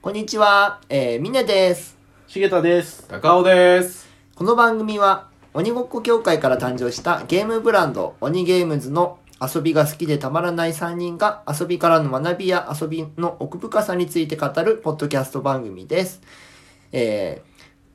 こんにちは、えー、みねです。重田です。高尾です。この番組は、鬼ごっこ協会から誕生したゲームブランド、鬼ゲームズの遊びが好きでたまらない3人が遊びからの学びや遊びの奥深さについて語るポッドキャスト番組です。えー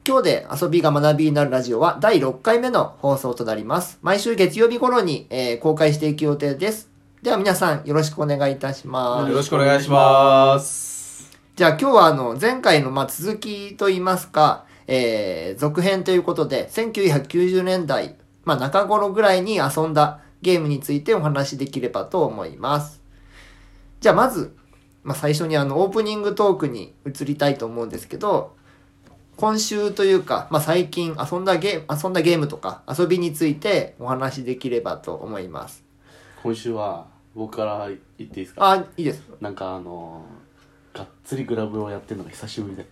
今日で遊びが学びになるラジオは第6回目の放送となります。毎週月曜日頃に、えー公開していく予定です。では皆さんよろしくお願いいたしますよ。ろしくお願いします。じゃあ今日はあの前回のまあ続きといいますか、えー、続編ということで1990年代、まあ、中頃ぐらいに遊んだゲームについてお話しできればと思います。じゃあまず、まあ、最初にあのオープニングトークに移りたいと思うんですけど今週というか、まあ、最近遊んだゲーム遊んだゲームとか遊びについてお話しできればと思います。今週は僕から言っていいですかあ、いいです。なんかあのー、がっつりグラブルをやってるのが久しぶりで。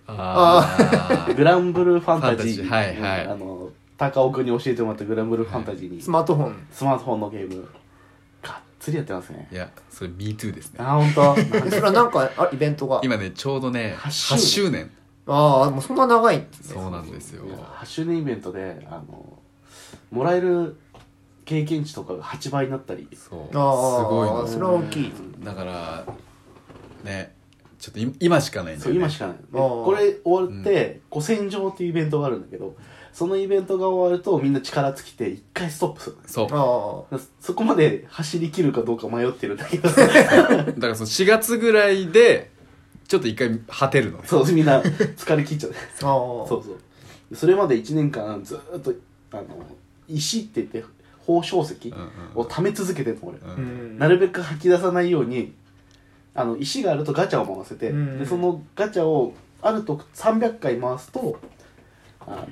あグランブルファンタジー。ファンタジーはいはいうんあのー、高尾くんに教えてもらったグランブルファンタジーに、スマートフォン。スマートフォンのゲーム、がっつりやってますねー。いや、それ MeToo ですね。あー、 ほんと。えそれはなんかあイベントが。今ね、ちょうどね、 8周8周年。ああ、もうそんな長いんですね。そうなんですよ。 8周年イベントで、あのー、もらえる経験値とかが8倍になったり。そう。すあーごいあその。れは大きいうんだから、ね、ちょっと今今しかないんだそようね。今しかない、であーこれ終わって「古戦場」っていうイベントがあるんだけどそのイベントが終わるとみんな力尽きて一回ストップするんですそう。だかああ。そこまで走り切るかどうか迷ってるんだけどらその4月ぐらいで、ちょっと一回果てるのね。そうみんな疲れ切っちゃうああ。そうそうそれまで1年間ずーっとあの石って言って放射石うんうんを溜め続けてるの俺、ううんん。なるべく吐き出さないようにあの石があるとガチャを回せて、うんでそのガチャをあると300回回すとあの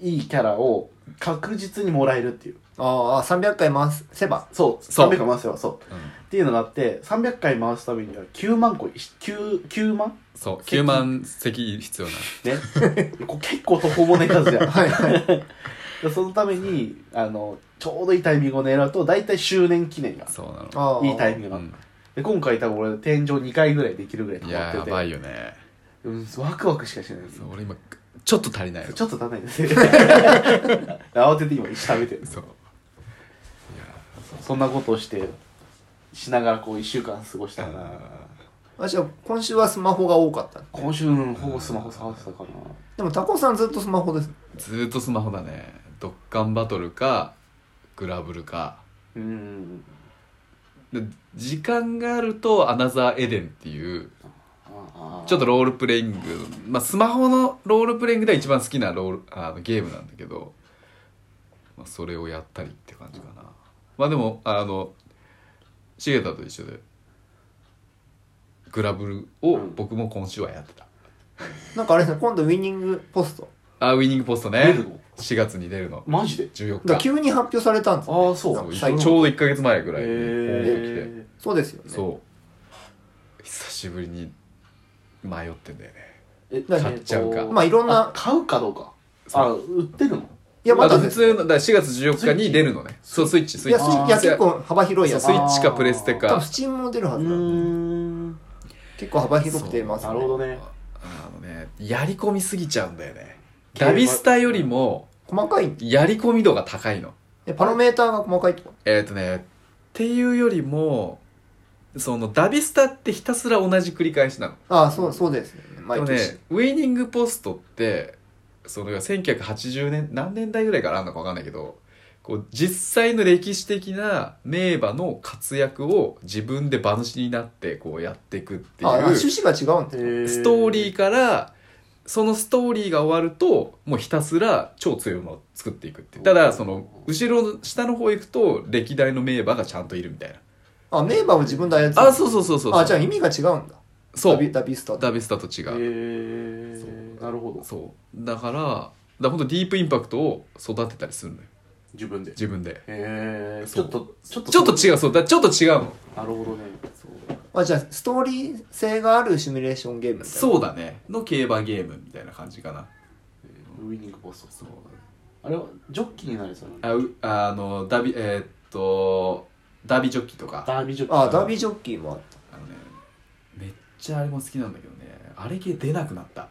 いいキャラを確実にもらえるっていうああ、300回回せば。そうそう300回回せばそううんっていうのがあって300回回すためには9万個石 9, 9万そう、9万席必要な。ねこう結構途方もねえ数じゃんはいはい。でそのためにあのちょうどいいタイミングを狙うと大体周年記念がそうなの。ああ。いいタイミングうが、んで今回多分俺天井2回ぐらいできるぐらい溜いまっやてやてばいよね。うんワクワクしかしないですそう俺今、ちょっと足りないの。ちょっと高い ですね慌てて今石食べてるそう。そんなことをしてしながらこう1週間過ごしたかな私は今週はスマホが多かった。今週うんほぼスマホ触ってたかなでもタコさんずっとスマホです。ずーっとスマホだねドッカンバトルかグラブルかうんで時間があるとアナザーエデンっていうあちょっとロールプレイング、まあ、スマホのロールプレイングでは一番好きなロールあのゲームなんだけど、まあ、それをやったりって感じかなまあでもあの重田と一緒でグラブルを僕も今週はやってた、なんかあれですね、今度ウィニングポスト。あウィニングポスト出ねるの4月に出るのマジで14だから日急に発表されたんですねああそそううち最ょう近ど1か月前ぐらいに報告来てえそうですよね。そう久しぶりに迷ってんだよねえ買っちゃうえかっとまあいろんなあ買うかどうかそうあ売ってるのいや、まだあとで普す。通のだから4月14日に出るのねそうスイッチスいイッや、チスあイーいや結構幅広いそうやつ。スイッチかプレステ多分かスチームも出るはうずなんでん結構幅広くてますなねる。ほどねあのねやり込みすぎちゃうんだよねゲームダビスタよりも細かいんでやり込み度が高いのえパロメーターが細かいとか。えっ、とねっていうよりもそのダビスタってひたすら同じ繰り返しなのああ、そう、そうですよね。で毎も年ね。ウィニングポストってその1980年何年代ぐらいからあるのか分かんないけどこう実際の歴史的な名馬の活躍を自分で馬主になってこうやっていくっていああ、う趣旨が違うんですね。ストーリーーからそのストーリーが終わるともうひたすら超強いものを作っていくっていうおーただその後ろの下の方行くと歴代の名馬がちゃんといるみたいなあ、メンバーを自分で操る。あそうそうそうそうあ、じゃあ意味が違うんだ。そダビうダビスタダビスタと違うへそうえなるほどそうだからだからほんとディープインパクトを育てたりするのよ自分で自分でへえちそょうっとちょっとちょっと違うそうだちょっと違うのなるほどねあじゃあストーリー性があるシミュレーションゲームみたいなそうだねの競馬ゲームみたいな感じかなウィニングボスそうあれはジョッキーになるやつなのあうあのダビえーっとダビジョッキとかダービージョッキーあダービージョッキーもあっあのねめっちゃあれも好きなんだけどねあれ系出なくなった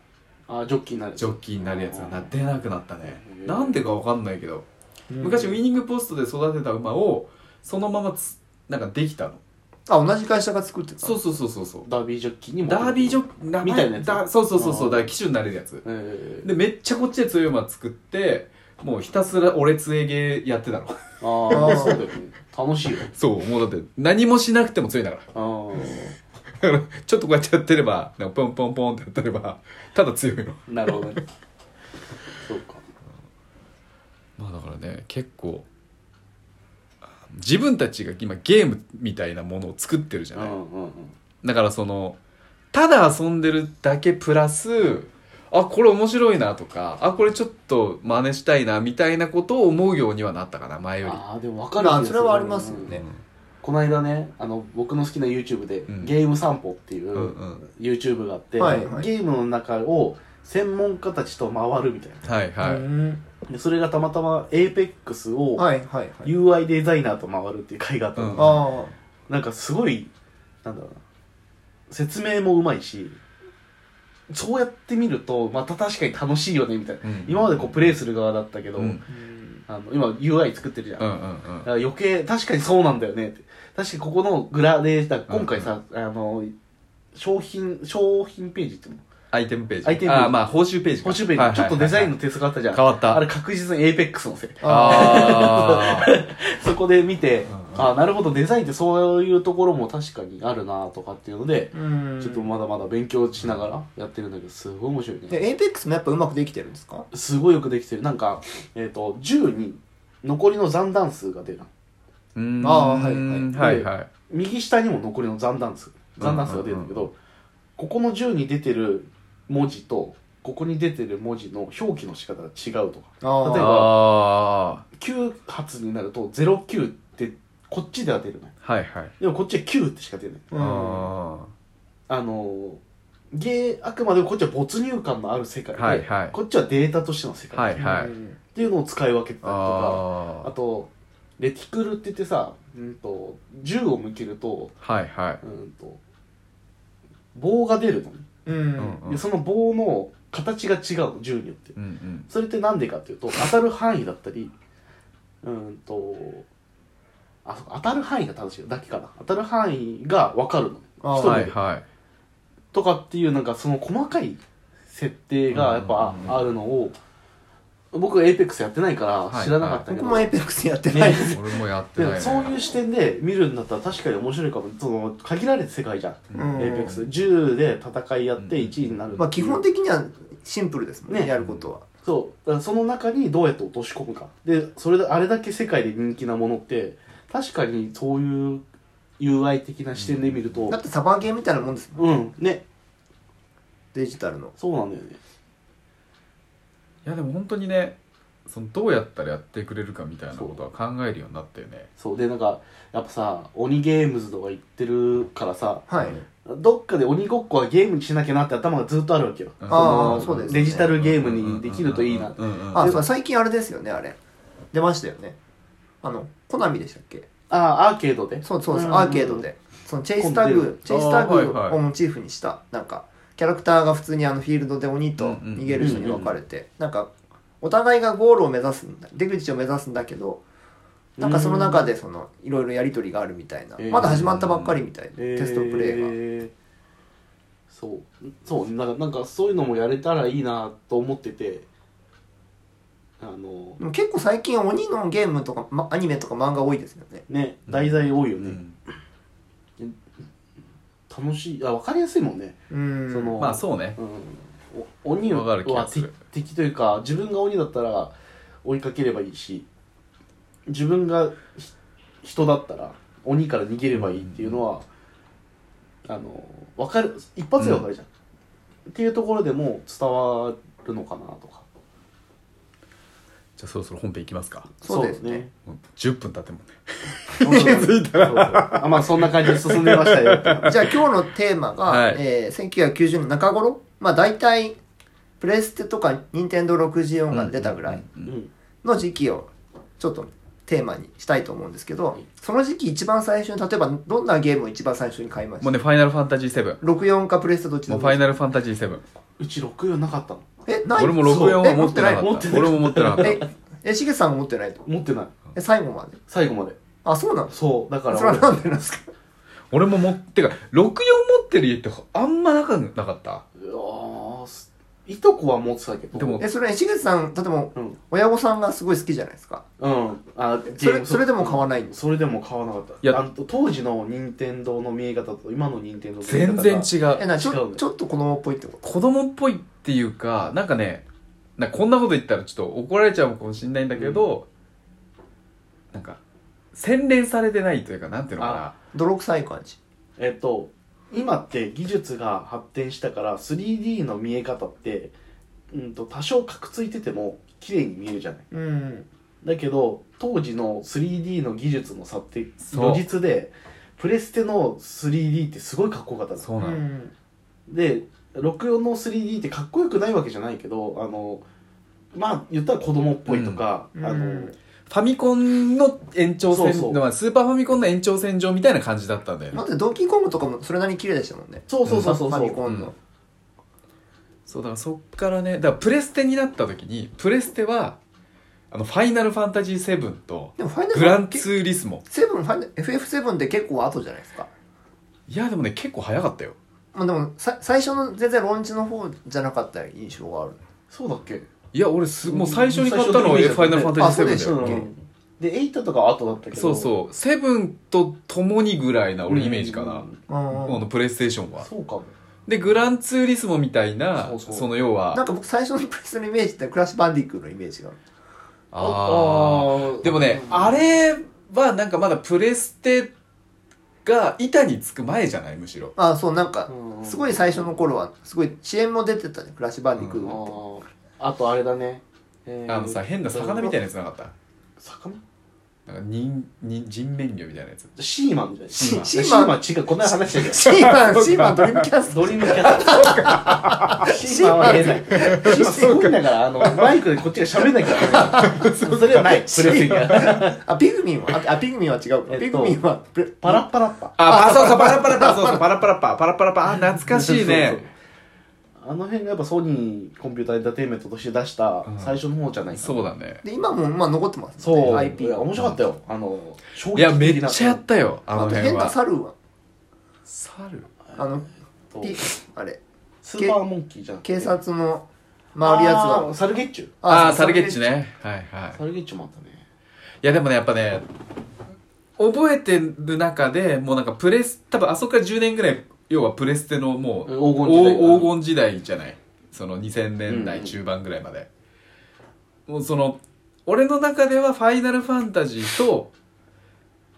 あジョッキーになるジョッキーになるやつがなあー出なくなったねへーなんでかわかんないけど昔ウィニングポストで育てた馬をそのままつなんかできたのあ同じ会社が作ってたそうそうそうそうそうダービージョッキーにもダービージョッキッ名前みたいなやつだそうそうそうそうあーだから機種になれるやつえでめっちゃこっちで強い馬作ってもうひたすら俺杖ゲーやってたのー、ああそうだよね楽しいよ そうもうだって何もしなくても強いんだからあーだから ちょっとこうやってやってればなんかポンポンポンってやってればただ強いのなるほどねそうかまあだからね結構自分たちが今ゲームみたいなものを作ってるじゃうない、んうんうんだからそのただ遊んでるだけプラスあこれ面白いなとかあこれちょっと真似したいなみたいなことを思うようにはなったかな前よりああでも分かる気がますあるそれはありますよねこの間ねあの僕の好きな YouTube で、うんゲーム散歩っていう、うんうん YouTube があって、はいはいゲームの中を専門家たちと回るみたいなはいはい、うんでそれがたまたま APEX をはいはいはい UI デザイナーと回るっていう回があったの、うんあなんかすごいなんだろうな説明もうまいしそうやって見るとまた確かに楽しいよねみたいな、うん今までこうプレイする側だったけど、うんあうんあの今 UI 作ってるじゃん、うんうんだから余計確かにそうなんだよねって確かにここのグラデータ今回さ、あの商品商品ページっていうのアイテムページアイテムページあーまあ報酬ページか報酬ページ、ちょっとデザインのはいテストがあったじゃん、変わったあれ確実に APEX のせいあ ーそこで見て、うんああなるほどデザインってそういうところも確かにあるなとかっていうので、うんちょっとまだまだ勉強しながらやってるんだけどすごい面白いねで APEX もやっぱうまくできてるんですかすごいよくできてるなんか、えっと10に残りの残弾数が出るうーんあーはいはいはいはい右下にも残りの残弾数残弾数が出るんだけど、ここの10に出てる文字とここに出てる文字の表記の仕方が違うとかあ例えばあ9発になると09ってこっちでは出るのよーはいはいでもこっちは9ってしか出ないうんああのゲーあくまでもこっちは没入感のある世界で、はいはいこっちはデータとしての世ー界、はいはいうんっていうのを使い分けてたりとかああーとレティクルって言ってさ、うん、と銃を向けると,、はいはいうん、と棒が出るのね、うんうんでその棒の形が違うの銃によってうんうんそれってなんでかっていうと当たる範囲だったりうんとあそうか当たる範囲が正しいだけかな当たる範囲が分かるのあー一人ではいはいとかっていうなんかその細かい設定がやっぱうんうんうんあるのを僕は APEX やってないかはいら知らなかったけ僕ど、も APEX やってないです俺もやってでないもねそういう視点で見るんだったら確かに面白いかもその限られた世界じゃん、うん APEX10 で戦いやってうん1位になるっていうまあ基本的にはシンプルですもんねねやることはそうだからその中にどうやって落とし込むかでそれであれだけ世界で人気なものって確かにそういう UI 的な視点で見るとだってサバゲーみたいなもんですもんうんねデジタルのそうなんだよねいやでも本当にねそのどうやったらやってくれるかみたいなことは考えるようになったよねそうでなんかやっぱさ鬼ゲームズとか言ってるからさはいどっかで鬼ごっこはゲームにしなきゃなって頭がずっとあるわけよあーのそうですねデジタルゲームにできるといいなうんうんうんうんあそうか最近あれですよねあれ出ましたよねあのコナミでしたっけああアーケードでそうそうですうんアーケードでそのチェイスタ今度出グるチェイスタグあーはいはいをモチーフにしたなんかキャラクターが普通にあのフィールドで鬼と逃げる人に分かれてなんかお互いがゴールを目指すんだ出口を目指すんだけどなんかその中でそのいろいろやり取りがあるみたいなうんまだ始まったばっかりみたいなテストプレイがイがそうそうなんかなんかそういうのもやれたらいいなと思っててあのでも結構最近鬼のゲームとか、ま、アニメとか漫画多いですよねね題材多いようね、ん楽しいあ分かりやすいもんね、うんそのまあそうねうん、お鬼わかる気がはす敵る敵というか自分が鬼だったら追いかければいいし自分がひ人だったら鬼から逃げればいいっていうのは、あのわかる一発でわかるじゃん、っていうところでも伝わるのかなとかじゃあそろそろ本編いきますかそうですねもう10分経ってもねそうですね気づいたらあまあそんな感じで進んでましたよって いうじゃあ今日のテーマが、はいえー1990年中頃まあ大体プレステとか任天堂64が出たぐらいうんうんうんの時期をちょっとテテーマにしたいと思うんですけど、その時期一番最初に例えばどんなゲームを一番最初に買いましもた、うね、ファイナルファンタジー7。 64かプレステどっちでもうもファイナルファンタジー7。うち64なかったのえない俺も64そうはえ持ってなか持持っ。ったてない俺も持ってなかった。ええしげさんも持ってないと持ってないえ最後まで最後まであそうなんですそうだからそれはなんでなんですか俺も持ってか、64持ってる家ってあんまなかなかった。うわーすいとこは持ってたけどでもえそれえしげさん例えばうん、親御さんがすごい好きじゃないですかうん、あそれそれでも買わなないんですそれでも買わなかったいやあの当時の任天堂の見え方と今の任天堂の見え方全が然違えう。なち違うょねちょっと子供っぽいってこと子供っぽいっていうか、なんかね、なんかこんなこと言ったらちょっと怒られちゃうかもしれないんだけど、なんか、洗練されてないというか、なんていうのか泥臭い感じえっと今って技術が発展したから 3D の見え方って、うん、と多少カクついてても綺麗に見えるじゃないうんだけど当時の 3D の技術の差ってそ如う実でプレステの 3D ってすごいかっこよかったな。のそうなの。で64の 3D ってかっこよくないわけじゃないけどあのまあ言ったら子供っぽいとか、うんあの、うんファミコンの延長線そうそうまあ、スーパーファミコンの延長線上みたいな感じだったんだよねだってドンキーコングとかもそれなりに綺麗でしたもんねそうそうそうそうフそァうミコンのそうだからそっからねだからプレステになった時にプレステはあのファイナルファンタジー7とでもファイナルグランツーリスモセブンファイナル FF7 って結構後じゃないですかいやでもね結構早かったよまあでもさ最初の全然ローンチの方じゃなかった印象があるそうだっけいや俺すもう最初に買ったのうはんファイナルファンタジーあそうで7しだょよううんで8とかは後だったけどそうそう7と共にぐらいな俺イメージかな、うんあのプレイステーションはそうかもでグランツーリスモみたいなそそうそうの要なはんか僕最初のプレスのイメージってクラッシュバンディックのイメージがあるああでもね、あれはなんかまだプレステが板につく前じゃないむしろ。ああそうなんかうんすごい最初の頃はすごい支援も出てたねクラッシュバンディックあのってーあとあれだね、えーあのさ、変な魚みたいなやつなかった魚なんか人、人、人面魚みたいなやつ。シーマンみたいなシーシーシーママン違うこんな話してるシーマンシーマンドリームキャストドリームキャスター。シーマンは言えない。シーマンすごいんだから、あの、マイクでこっちが喋んなきゃいけない。それはない。それはないあピグミンはああピグミンは違うかえっピグとミンはプレパラッパラッパ。あ、あそうそう、パラパラパ、そうそう、パラパラパ、パラパラパ、あ、懐かしいそうね。そう。あの辺がやっぱソニーコンピューターエンターテインメントとして出したうん最初の方じゃないかなそうだね。で今もまあ残ってますそう。ね IP いや面白かったよ。あの、衝いや、めっちゃやったよ、ああのと辺変なは。猿は猿あのとピあれスーパーモンキーじゃん。警察の回るやつあーはサルゲッチュ。ああ、そうサルゲッチね。はいはい。サルゲッチュもあったね。いやでもねやっぱね覚えてる中でもうなんかプレス多分あそこから10年ぐらい要はプレステのもう黄金時代黄黄金時代じゃないその2000年う代ん中盤ぐらいまで、もうその俺の中では「ファイナルファンタジー」と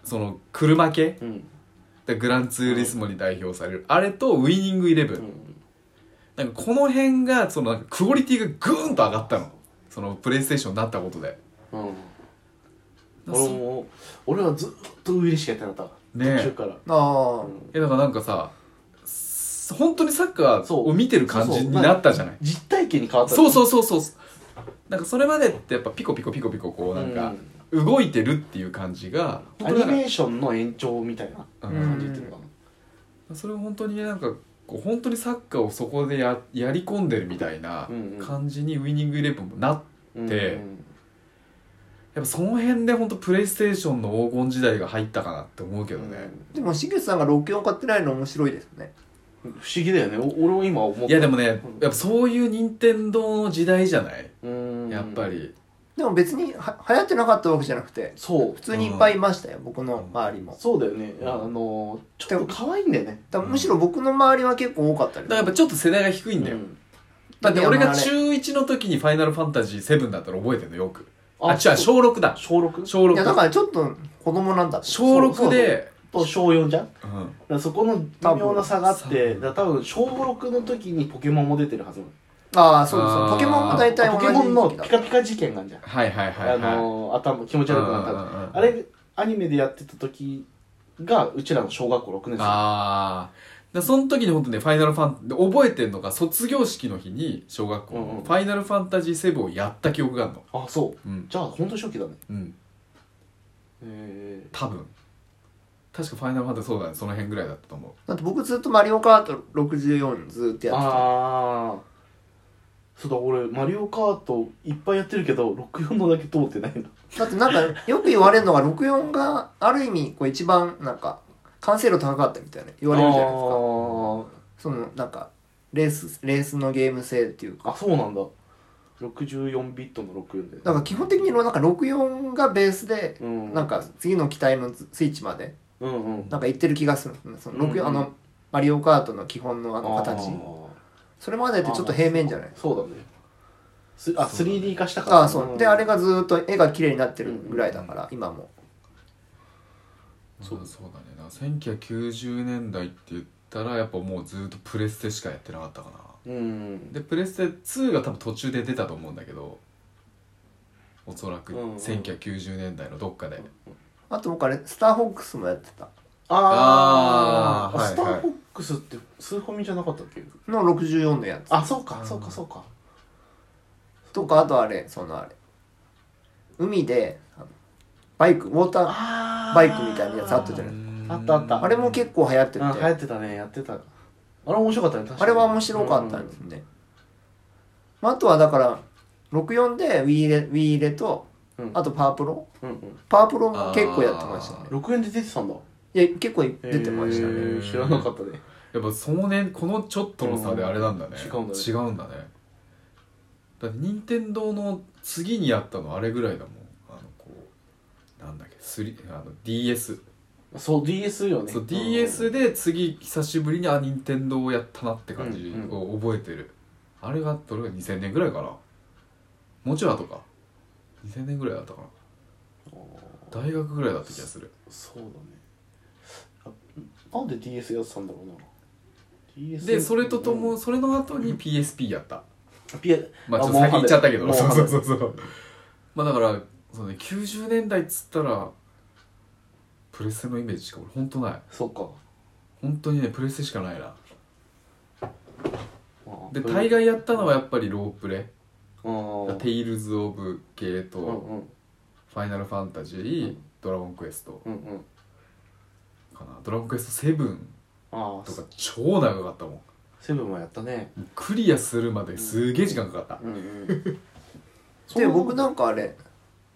その車系うん。でグランツーリスモに代表される、あれと「ウィニングイレブン」なんかこの辺がそのなんかクオリティがグーンと上がったのそのプレイステーションになったことでうん。うんそ俺も俺はずっとウイルしかやってなかった、ねえ途中から、ああえだからなんかさす本当にサッカーそうを見てる感じになったじゃない実体験に変わったそううそうそうそうなんかそれまでってやっぱピコピコピコピコこうなんか動いてるっていう感じが、アニ本当になんメーションの延長みたいなかメうん感じっていうのかな、それを本当にねなんかこう本当にサッカーをそこでややり込んでるみたいなうんうん感じにウイニングイレブンもなっうんでやっぱその辺で本当プレイステーションの黄金時代が入ったかなって思うけどね、でもしげさんが64買ってないの面白いですねうん不思議だよねお俺も今思ったいやでもねやっぱそういう任天堂の時代じゃないうんやっぱり、でも別には流行ってなかったわけじゃなくてそう普通にいっぱいいましたよ、僕の周りもそうだよねあのちょっと可愛いんだよねだからむしろ僕の周りは結構多かったけだからどやっぱちょっと世代が低いんだよ、うんだって俺がい中1の時に「ファイナルファンタジー7」だったら覚えてるのよくあ違うそう小6だ小 6? 小やだか6らちょっと子供なんだって小6でと小4じゃんだかうんらそこの微妙な差があって多分だから多分小6の時にポケモンも出てるはずなのああそうですそうあーポケモンも大体同ポじケモンの時期だピカピカ事件なんじゃんはいはいはいはいあのー頭気持ち悪くなっうんうんうんうんたあれアニメでやってた時がうちらの小学校6年生あーだその時に本当ね「ファイナルファン」覚えてるのが卒業式の日に小学校のうんうん「ファイナルファンタジー7」をやった記憶があるのあそううんじゃあ本当初期だねうんえ多分確か「ファイナルファンタジー」そうだねその辺ぐらいだったと思うだって僕ずっとマリオカート64ずっとやー、ってた。ああそうだ俺マリオカートいっぱいやってるけど64のだけ通ってないなだってなんかよく言われるのが64がある意味こう一番なんか完成度高かったみたいな言われるじゃないですあか。ーそのなんかレース、レースのゲーム性っていうか。あそうなんだ64ビットの64でだから基本的になんか64がベースで、うんなんか次の機体のスイッチまでうんうんなんか行ってる気がするんですね。その64、うんあのマリオカートの基本のあの形あ。ーそれまでってちょっと平面じゃないそうだねすあそうだね 3D 化したからああそうであれがずーっと絵が綺麗になってるぐらいだから、今もそうそうだねだから1990年代って言ったらやっぱもうずっとプレステしかやってなかったかなうんでプレステ2が多分途中で出たと思うんだけどおそらくうんうん1990年代のどっかで、あと僕あれスターホックスもやってたあーあーあはいスターフォックスってスーファミじゃなかったっけの64のやつあそうかうんそうかそうかとかあとあれそのあれ海であのバイクウォーターあバイクみたいなやつあったじゃんないあったあったあれも結構流行ってて流行ってたねやってたあれ面白かったね確かあれは面白かったんですね、まあ、あとはだから64で Wii レ Wii レとうんあとパワープロうんうんパワープロも結構やってましたね6円で出てたんだいや結構出てましたへねー知らなかったねやっぱその年このちょっとの差であれなんだね、うん違うんだね違うんだねだって任天堂の次にやったのあれぐらいだもんあのこうなんだっけスリあの DS そう DS よねそう、ん DS で次久しぶりにあ任天堂をやったなって感じを覚えてる、あれがどれが2000年ぐらいかなもうちろん後か2000年ぐらいだったかな大学ぐらいだった気がするそうだねあなんで DS やってたんだろうな DS でそれととうもんそれの後に PSP やったピアまああちょっと先も行うっちゃったけどもうそうそうそうそうまあだからそう、ね、90年代っつったらプレステのイメージしか俺ほんとないそうか本当にねプレステしかないなあでこれ大概やったのはやっぱりロープレあーテイルズ・オブ系と、うんうんファイナルファンタジー、うんドラゴンクエストうんうんかなドラゴンクエスト7あとかあ超長かったもんセブンもやったねクリアするまですげえ時間かかった、うんうん で僕のなんかあれ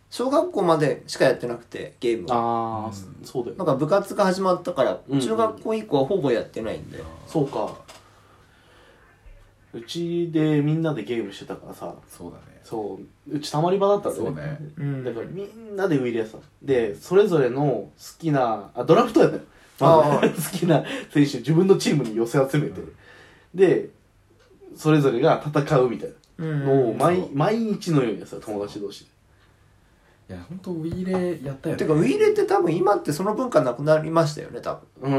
小学校までしかやってなくてゲームをああうんそうだよなんか部活が始まったからうん中学校以降はほぼやってないんで、そうかうちでみんなでゲームしてたからさそうだねそううちたまり場だったんだそようねうんだからみんなでウィリアスさんでそれぞれの好きなあドラフトやったよ、ああ 好きな選手自分のチームに寄せ集めて、でそれぞれが戦うみたいなのをう毎,、そう毎日のようにやってた友達同士でいや本当ウィーレやったよん、てねかウィーレって多分今ってその文化なくなりましたよね多分う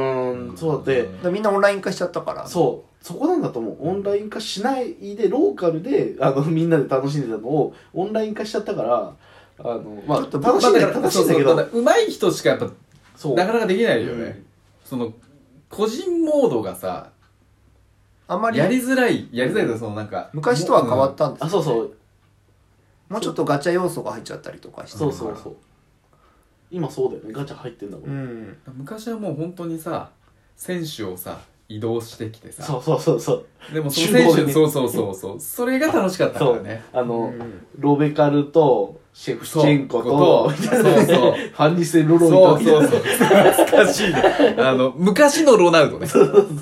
ーんそうだってだからみんなオンライン化しちゃったからそうそこなんだと思うオンライン化しないでローカルであの みんなで楽しんでたのをオンライン化しちゃったからあのまあちょっと楽しいんだ楽しいんだけどうまい人しかやっぱそうなかなかできないよね、うんその個人モードがさあんまりやりづらいやりづらいとそのなんか昔とは変わったんですあよそうそうもうちょっとガチャ要素が入っちゃったりとかしてそうそうそう今そうだよねガチャ入ってんだもんうん昔はもう本当にさ選手をさ移動してきてさそうそうそうそうでもその選中央手、にそうそうそうそうそれが楽しかったかそらう ねあの、うんロベカルとシェフチェンコと そうそうそうファンニセ・ロロイそとうそうそう懐かしいねあの昔のロナウドね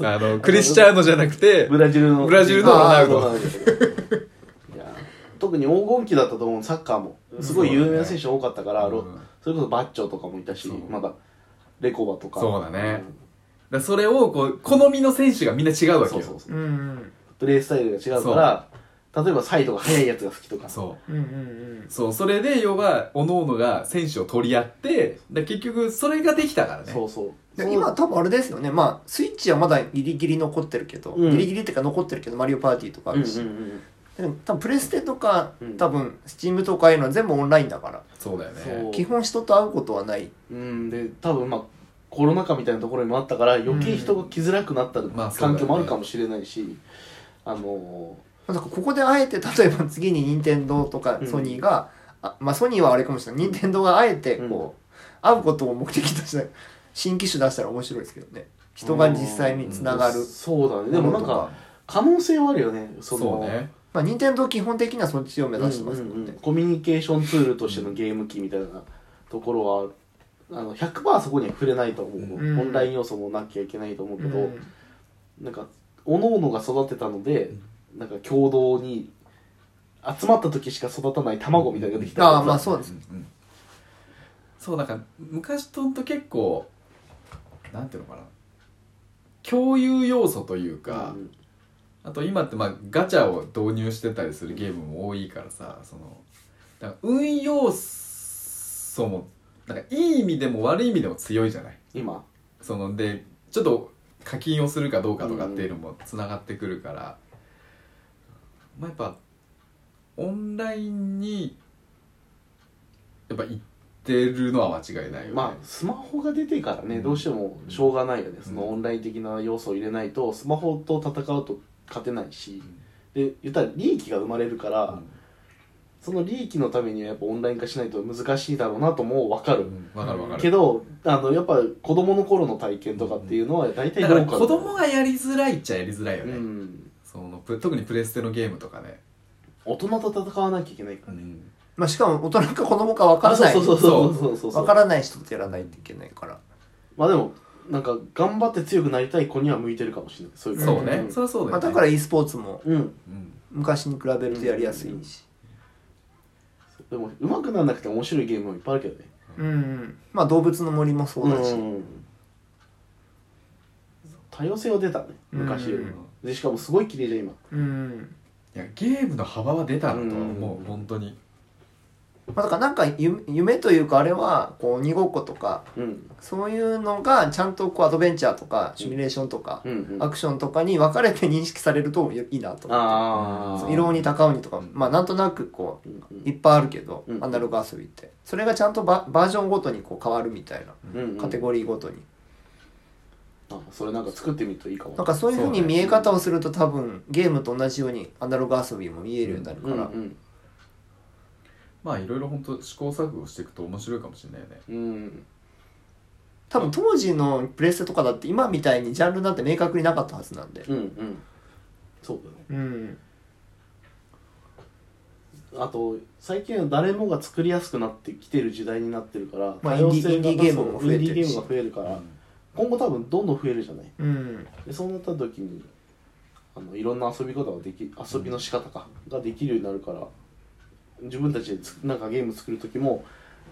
あのクリスチャーノじゃなくてブラジルのブラジルのロナウドあードいや特に黄金期だったと思うサッカーもすごい有名な選手多かったから、ロうんそれこそバッチョとかもいたしそうまだレコバとかそうだねだそれをこう好みの選手がみんな違ううんわけそうよそうそううんうんプレースタイルが違うから例えばサイドが速いやつが好きとかそううんうんそうそれで要は各々が選手を取り合ってだ結局それができたからねそうそうで今多分あれですよねまあスイッチはまだギリギリ残ってるけど、うんギリギリっていうか残ってるけどマリオパーティーとかあうんうるんし、うんでも多分プレステとか、うん多分スチームとかああいうのは全部オンラインだからそうだよそうね基本人と会うことはないうんで多分まあコロナ禍みたいなところにもあったから余計人が来づらくなったまあそうだよ環ね境もあるかもしれないし、あのなんかここであえて 例えば次に任天堂とかうんソニーが、あまあソニーはあれかもしれない任天堂があえてこう、会うことを目的としない新機種出したら面白いですけどね人が実際につながる、そうだねでもなんか可能性はあるよねそそのうねまあ任天堂基本的にはそっちを目うんう指してますもんね、んうんコミュニケーションツールとしてのゲーム機みたいなところはあの100%そこには触れないと思う、うんオンライン要素もなきゃいけないと思うけど、うんなんか各々が育てたので、なんか共同に集まった時しか育たない卵みたいなのができたああまあそうですうんうんそうなんか昔とんと結構なんていうのかな共有要素というか、うんあと今ってまあガチャを導入してたりするゲームも多いからさそのだから運要素もなんかいい意味でも悪い意味でも強いじゃない今そのでちょっと課金をするかどうかとかっていうのもつながってくるから、まあやっぱオンラインにやっぱ行ってるのは間違いないよね、まあスマホが出てからね、うんどうしてもしょうがないよねそのうんオンライン的な要素を入れないとスマホと戦うと勝てないし、で言ったら利益が生まれるから、その利益のためにはやっぱオンライン化しないと難しいだろうなとも分かうる、んわかるわかるけどあのやっぱ子供の頃の体験とかっていうのは大体だどかうらか子供がやりづらいっちゃやりづらいようね、んそのプ特にプレステのゲームとかね、大人と戦わなきゃいけないからね、まあ、しかも大人か子供か分からないそうそうそうそうそうそう分からない人とやらないといけないからまあでもなんか頑張って強くなりたい子には向いてるかもしれないそういうそうね、うんそりゃそうだよね、まあ、だから e スポーツもうんうん昔に比べるとやりやすいしでも上手くならなくて面白いゲームもいっぱいあるけどねうん、うん、まあ動物の森もそうだし、ん多様性は出たね昔よりうもんでしかもすごい綺麗じゃん今うんいやゲームの幅は出たなとは思ううん本当にまあ、だからなんか夢夢というかあれはこう鬼ごっことかうんそういうのがちゃんとこうアドベンチャーとかシミュレーションとかうんうんアクションとかに分かれて認識されるといいなと思っあてあ色鬼高鬼とかうんまあなんとなくこうんううんいっぱいあるけどうんアナログ遊びってそれがちゃんとババージョンごとにこう変わるみたいなうんうんカテゴリーごとにあそれなんか作ってみるといいかもなんかそういうふうに見え方をすると多分ゲームと同じようにアナログ遊びも見えるようになるうかんうらんまあいろいろ本当試行錯誤していくと面白いかもしれないよねうん多分当時のプレステとかだって今みたいにジャンルなんて明確になかったはずなんでうんうんそうだねうんあと最近は誰もが作りやすくなってきてる時代になってるから、まあ多様性がインディインディーゲームも増えてるしインディーゲームが増えるから、今後多分どんどん増えるじゃないうんでそうなった時にあのいろんな遊び方ができ遊びの仕方か、ができるようになるから自分たちでつなんかゲーム作る時も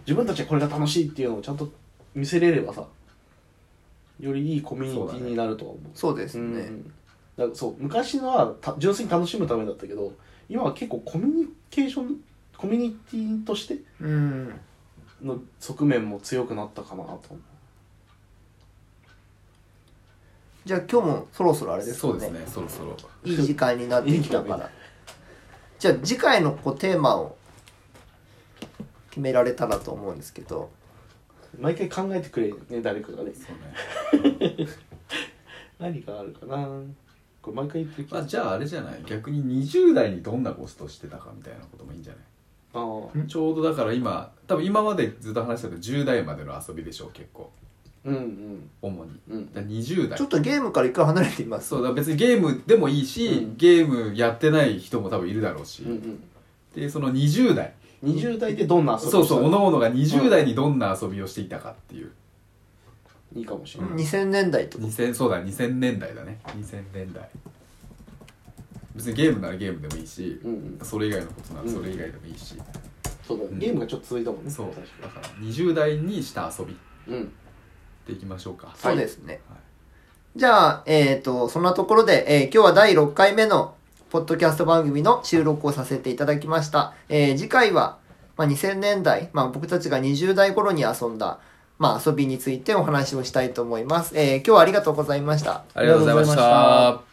自分たちはこれが楽しいっていうのをちゃんと見せれればさよりいいコミュニティになるとは思うそうですうね、んうんだからそう昔のはた純粋に楽しむためだったけど今は結構コミュニケーションコミュニティとしてうんの側面も強くなったかなと思うじゃあ今日もそろそろあれですかそねうですねそろそろいい時間になってきたかいい時間にならじゃあ次回のこうテーマを決められたらと思うんですけど毎回考えてくれるね誰かがねそうね、何があるかなこれ毎回言ってるけどまあ、じゃああれじゃない逆に20代にどんなコストしてたかみたいなこともいいんじゃないあーうんちょうどだから今多分今までずっと話してたけど10代までの遊びでしょう結構うんうん主にうんだから20代ちょっとゲームから一回離れてみますそうだから別にゲームでもいいし、うんゲームやってない人も多分いるだろうし、うんでその20代うん20代でどんな遊びをそうしたそう各々が20代にどんな遊びをしていたかっていういいかもしれない、 2000年代とか2000そうだ2000年代だね2000年代別にゲームならゲームでもいいしうんうん、それ以外のことならうんそれ以外でもいいし、そうだ、ねうんゲームがちょっと続いたもんねそう確かだから20代にした遊びっにうんていきましょうかそうですね、はいじゃあえっ、とそんなところで、えー今日は第6回目のポッドキャスト番組の収録をさせていただきました、えー次回は、まあ、2000年代、まあ、僕たちが20代頃に遊んだ、まあ、遊びについてお話をしたいと思います、えー今日はありがとうございましたありがとうございました